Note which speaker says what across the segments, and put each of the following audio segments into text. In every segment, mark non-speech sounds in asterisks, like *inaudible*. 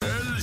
Speaker 1: El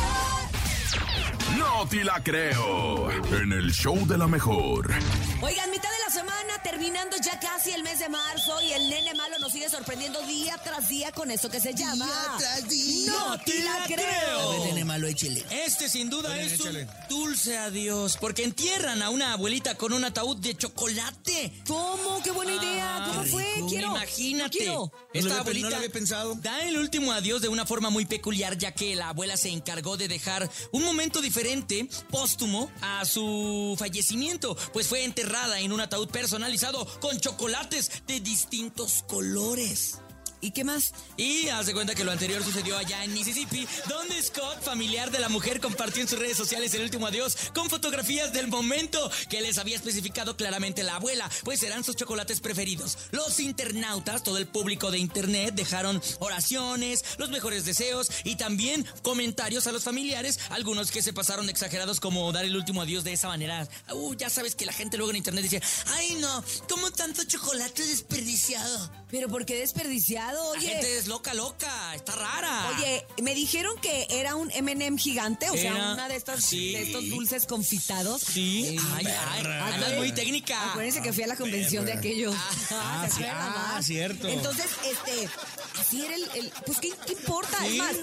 Speaker 1: No te la creo. En el show de la mejor.
Speaker 2: Oigan, mitad de la semana, terminando ya casi el mes de marzo y el nene malo nos sigue sorprendiendo día tras día con esto que se llama.
Speaker 3: Día tras día.
Speaker 2: No te la creo.
Speaker 3: A ver, nene malo, échele.
Speaker 4: Este sin duda
Speaker 3: Ven,
Speaker 4: es
Speaker 3: échale.
Speaker 4: un dulce adiós, porque entierran a una abuelita con un ataúd de chocolate.
Speaker 2: ¿Cómo? ¡Qué buena idea! ¿Cómo
Speaker 4: Qué
Speaker 2: fue?
Speaker 4: Ah, rico.
Speaker 2: Quiero. Yo
Speaker 4: Imagínate.
Speaker 2: quiero.
Speaker 3: No
Speaker 4: Esta
Speaker 3: lo había- no
Speaker 4: abuelita
Speaker 3: lo había pensado.
Speaker 4: da el último adiós de una forma muy peculiar, ya que la abuela se encargó de dejar un momento diferente, póstumo, a su fallecimiento, pues fue enterrada en un ataúd personalizado con chocolates de distintos colores.
Speaker 2: ¿Y qué más?
Speaker 4: Y haz de cuenta que lo anterior sucedió allá en Mississippi, donde Scott, familiar de la mujer, compartió en sus redes sociales el último adiós con fotografías del momento que les había especificado claramente la abuela, pues serán sus chocolates preferidos. Los internautas, todo el público de internet, dejaron oraciones, los mejores deseos y también comentarios a los familiares, algunos que se pasaron de exagerados como dar el último adiós de esa manera. Uh, ya sabes que la gente luego en internet dice, ay no, como tanto chocolate desperdiciado.
Speaker 2: Pero ¿por qué desperdiciado?
Speaker 4: La
Speaker 2: Oye.
Speaker 4: gente ah. es loca, loca, está rara.
Speaker 2: Oye, me dijeron que era un M&M gigante, o sea,
Speaker 4: Era-
Speaker 2: una de estas
Speaker 4: sí.
Speaker 2: de estos dulces confitados.
Speaker 4: Sí, ay, ay,
Speaker 2: Ah, pues.
Speaker 4: andas
Speaker 2: pero-
Speaker 4: muy técnica.
Speaker 2: Acuérdense que fui a la convención de aquellos. *laughs*
Speaker 4: Ah,
Speaker 2: ¿se
Speaker 3: sí,
Speaker 2: acuerdan,
Speaker 3: ah,
Speaker 2: verdad?
Speaker 3: cierto.
Speaker 2: Entonces, este, así era el, el- pues qué, qué importa, es
Speaker 4: Sí.
Speaker 2: más,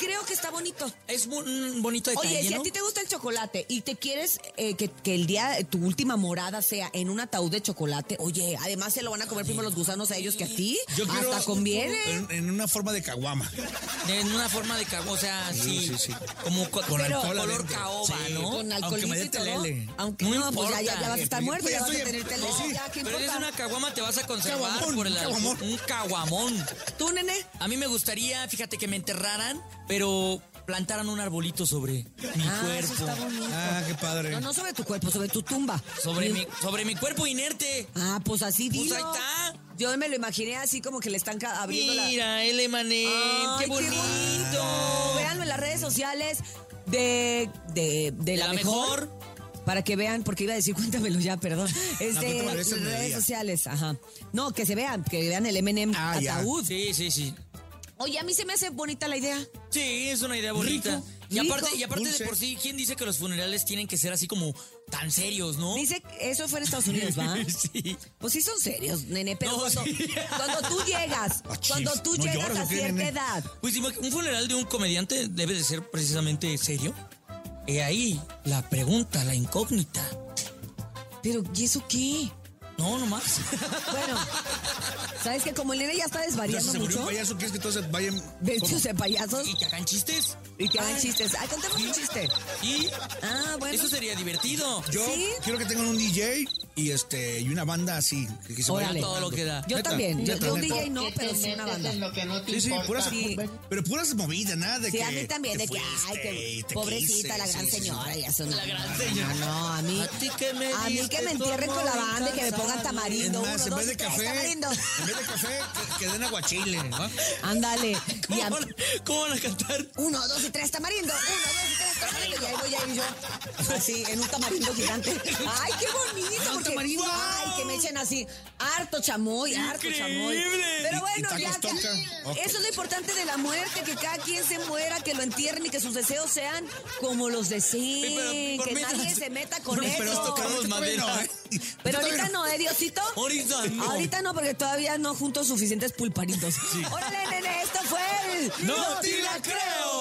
Speaker 2: creo que está bonito.
Speaker 4: Es bu- un bonito detalle,
Speaker 2: Oye, si a
Speaker 4: ¿no?
Speaker 2: ti te gusta el chocolate y te quieres eh, que, que el día, tu última morada sea en un ataúd de chocolate, oye, además se lo van a comer primero los gusanos a ellos que a ti, hasta conviene.
Speaker 3: En, en una forma
Speaker 2: *laughs*
Speaker 3: de caguama.
Speaker 4: En una forma de cago, o sea, sí.
Speaker 3: sí, sí.
Speaker 4: Como co-
Speaker 3: Con
Speaker 4: pero
Speaker 3: alcohol
Speaker 4: color
Speaker 3: adentro.
Speaker 4: caoba,
Speaker 3: Sí,
Speaker 4: ¿no?
Speaker 2: Con
Speaker 3: Aunque me
Speaker 2: alcoholito
Speaker 3: dé
Speaker 2: y todo.
Speaker 3: telele.
Speaker 2: Aunque
Speaker 4: No
Speaker 2: no, pues ya,
Speaker 4: importa.
Speaker 2: ya, ya vas a estar muerto,
Speaker 3: Pues
Speaker 2: ya
Speaker 3: ya
Speaker 2: vas a
Speaker 3: estoy-
Speaker 2: tener telele.
Speaker 3: no,
Speaker 2: ya, ¿qué
Speaker 4: Pero eres
Speaker 2: importa?
Speaker 4: una caguama, te vas a conservar
Speaker 3: Caguamón,
Speaker 4: por el
Speaker 3: caguamón.
Speaker 4: un caguamón.
Speaker 2: Tú, nene,
Speaker 4: A mí me gustaría, fíjate, que me enterraran, pero plantaran un arbolito sobre mi
Speaker 2: Ah, eso
Speaker 4: cuerpo.
Speaker 2: está bonito.
Speaker 3: Ah, qué padre.
Speaker 2: No, no sobre tu cuerpo, sobre tu tumba.
Speaker 4: Sobre
Speaker 2: Y-
Speaker 4: mi, sobre mi cuerpo inerte.
Speaker 2: Ah, pues así
Speaker 4: Pues
Speaker 2: dilo.
Speaker 4: ahí está.
Speaker 2: Yo me lo imaginé así como que le están ca- abriendo la...
Speaker 4: Mira, el emané,
Speaker 2: Ay,
Speaker 4: E, qué bonito.
Speaker 2: Véanme en las redes sociales de, de, de la,
Speaker 4: la
Speaker 2: mejor. Para que vean, porque iba a decir, *laughs* cuéntamelo ya, perdón. Este,
Speaker 3: cuéntamelo ese
Speaker 2: redes
Speaker 3: mediodía.
Speaker 2: sociales, ajá. No, que se vean, que vean el M&M
Speaker 3: Ah, ya.
Speaker 2: ataúd.
Speaker 4: Sí, sí, sí.
Speaker 2: Oye, a mí se me hace bonita la idea.
Speaker 4: Sí, es una idea bonita.
Speaker 2: Rico,
Speaker 4: y aparte,
Speaker 2: rico,
Speaker 4: y aparte de
Speaker 3: dulce.
Speaker 4: por sí, ¿quién dice que los funerales tienen que ser así como tan serios, no?
Speaker 2: Dice, que eso fue en Estados Unidos, ¿va?
Speaker 4: *laughs* Sí.
Speaker 2: Pues sí son serios, nene, pero
Speaker 4: No,
Speaker 2: cuando,
Speaker 4: sí.
Speaker 2: cuando tú llegas,
Speaker 3: Ah, chis,
Speaker 2: cuando tú
Speaker 3: ¿no
Speaker 2: llegas
Speaker 3: lloras
Speaker 2: a
Speaker 3: o qué,
Speaker 2: cierta
Speaker 3: nene?
Speaker 2: edad,
Speaker 4: Pues imag- un funeral de un comediante debe de ser precisamente serio. He ahí la pregunta, la incógnita.
Speaker 2: pero ¿y eso qué? *laughs*
Speaker 4: No, nomás.
Speaker 2: Bueno, ¿sabes que Como el nene ya está
Speaker 3: O sea, si
Speaker 2: desvariando
Speaker 3: se murió
Speaker 2: mucho,
Speaker 3: un payaso, ¿quieres que todos se vayan?
Speaker 2: vestidos de payasos
Speaker 4: y que hagan chistes.
Speaker 2: y que hagan
Speaker 4: Ay,
Speaker 2: chistes. Ay, contemos un chiste.
Speaker 4: Y
Speaker 2: Ah, bueno.
Speaker 4: eso sería divertido.
Speaker 3: Yo
Speaker 2: ¿Sí?
Speaker 3: quiero que tengan un DJ y este y una banda así. que- que se
Speaker 2: Órale.
Speaker 3: vayan
Speaker 4: Todo lo que da.
Speaker 2: Yo
Speaker 3: Neta,
Speaker 2: también. Yo,
Speaker 3: neta,
Speaker 2: yo un
Speaker 3: neta.
Speaker 2: DJ no, pero sí una banda.
Speaker 3: Sí, sí, puras,
Speaker 2: Sí.
Speaker 3: pero puras movidas, nada de
Speaker 2: Sí,
Speaker 3: que.
Speaker 2: a mí también,
Speaker 3: te
Speaker 2: de que, ay,
Speaker 3: fuiste y
Speaker 2: que
Speaker 3: te
Speaker 2: pobrecita
Speaker 3: quise,
Speaker 2: la gran
Speaker 3: sí, sí, sí.
Speaker 2: señora, ya son
Speaker 4: La gran señora.
Speaker 2: No, no, a mí.
Speaker 4: A ti que me
Speaker 2: a mí que
Speaker 4: diste
Speaker 2: me
Speaker 4: tu
Speaker 2: entierren con la
Speaker 4: amor
Speaker 2: banda y que me pongan
Speaker 4: incansable.
Speaker 3: Es
Speaker 2: tamarindo.
Speaker 3: más,
Speaker 2: uno,
Speaker 3: en
Speaker 2: dos,
Speaker 3: vez de
Speaker 2: tres,
Speaker 3: café,
Speaker 2: tamarindo.
Speaker 3: en vez de café, que, que den aguachile,
Speaker 2: *laughs*
Speaker 3: ¿no? *laughs*
Speaker 2: Ándale. Y
Speaker 4: ¿Cómo
Speaker 2: a-
Speaker 4: van, cómo van a cantar?
Speaker 2: Uno, dos y tres, tamarindo. Uno, dos y tres, tamarindo. Y ahí voy a ir yo, así, en un tamarindo gigante. ¡Ay, qué bonito! Porque,
Speaker 3: tamarindo.
Speaker 2: ¡Ay, que me echen así! Harto chamoy, harto chamoy.
Speaker 4: Increíble.
Speaker 2: Pero bueno,
Speaker 3: Y- y
Speaker 2: ya,
Speaker 3: tacos
Speaker 2: ya.
Speaker 3: toca. Ok.
Speaker 2: Eso es lo importante de la muerte, que cada quien se muera, que lo entierren y que sus deseos sean como los
Speaker 4: Sí, pero
Speaker 2: deseen.
Speaker 4: por
Speaker 2: Que
Speaker 4: mientras-
Speaker 2: nadie se meta con
Speaker 4: por
Speaker 2: eso.
Speaker 4: mientras tocamos
Speaker 3: Ahorita todavía *laughs*
Speaker 4: madera.
Speaker 3: no, ¿eh?
Speaker 2: Pero
Speaker 3: Todavía
Speaker 2: ahorita no, ¿eh, Diosito?
Speaker 4: Ahorita no.
Speaker 2: Ahorita no, porque todavía no junto suficientes pulparitos. Órale, nene, esto fue el...
Speaker 4: ¡No te la creo!